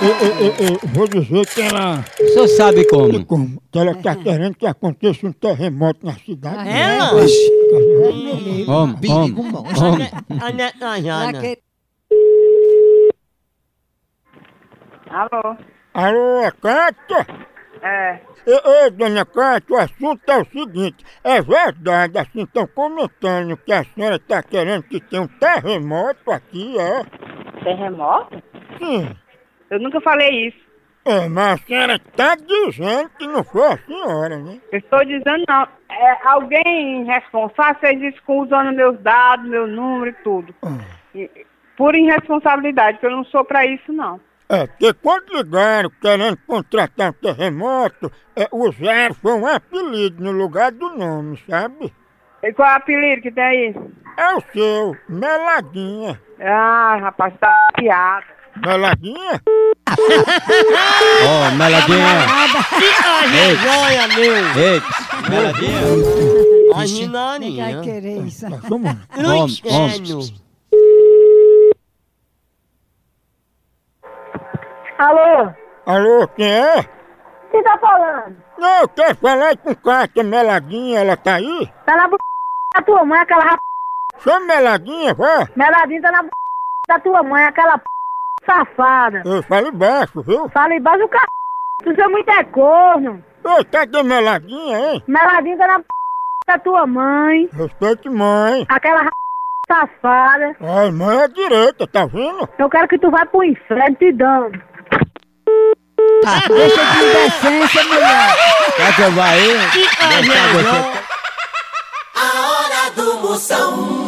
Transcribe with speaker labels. Speaker 1: eu, eu vou dizer que ela.
Speaker 2: O senhor sabe como?
Speaker 1: Como? Que ela tá querendo que aconteça um terremoto na cidade. né?
Speaker 3: Ela?
Speaker 2: Homem, homem, homem.
Speaker 3: Ana Tajana.
Speaker 4: Alô?
Speaker 1: Alô, é Cátia?
Speaker 4: É.
Speaker 1: Ei, ei, dona Cátia, o assunto é o seguinte. É verdade, assim, estão comentando que a senhora está querendo que tenha um terremoto aqui, é?
Speaker 4: Terremoto?
Speaker 1: Sim.
Speaker 4: Eu nunca falei isso.
Speaker 1: É, mas a senhora está dizendo que não foi a senhora, né?
Speaker 4: Eu estou dizendo não. É, alguém responsável fez isso com- usando meus dados, meu número e tudo.
Speaker 1: Ah.
Speaker 4: E- por irresponsabilidade, porque eu não sou pra isso, não.
Speaker 1: É, porque quando ligaram querendo contratar um terremoto, é, usaram foi um apelido no lugar do nome, sabe?
Speaker 4: E qual é o apelido que tem aí?
Speaker 1: É o seu, Meladinha.
Speaker 4: Ah, rapaz, tá piada.
Speaker 1: Meladinha?
Speaker 2: Ó, meladinha.
Speaker 3: Fica a vergonha, meu.
Speaker 2: Ei, meladinha.
Speaker 3: A
Speaker 5: Vai
Speaker 3: Ginaninha.
Speaker 5: querer isso.
Speaker 1: Como?
Speaker 3: Não
Speaker 2: Homem, homem.
Speaker 3: entendo.
Speaker 6: Alô?
Speaker 1: Alô, quem é?
Speaker 6: Quem tá falando?
Speaker 1: Não, eu quero falar com Cátia Meladinha, ela tá aí?
Speaker 6: Tá na b... da tua mãe, aquela rap...
Speaker 1: Chama Meladinha, vá.
Speaker 6: Meladinha tá na b... da tua mãe, aquela p... safada.
Speaker 1: Eu falo baixo, viu?
Speaker 6: Fala embaixo do c... Tu seu muito é corno.
Speaker 1: Ô, cadê Meladinha, hein?
Speaker 6: Meladinha tá na b... da tua mãe,
Speaker 1: Respeite mãe.
Speaker 6: aquela rap... safada.
Speaker 1: Ai, mãe é direita, tá vendo?
Speaker 6: Eu quero que tu vá pro inferno te dando.
Speaker 5: Deixa de indecência, mulher.
Speaker 2: Quer que eu vá aí?
Speaker 3: Fica a
Speaker 2: Deixa você-
Speaker 3: vergonha.
Speaker 7: A hora do Moção.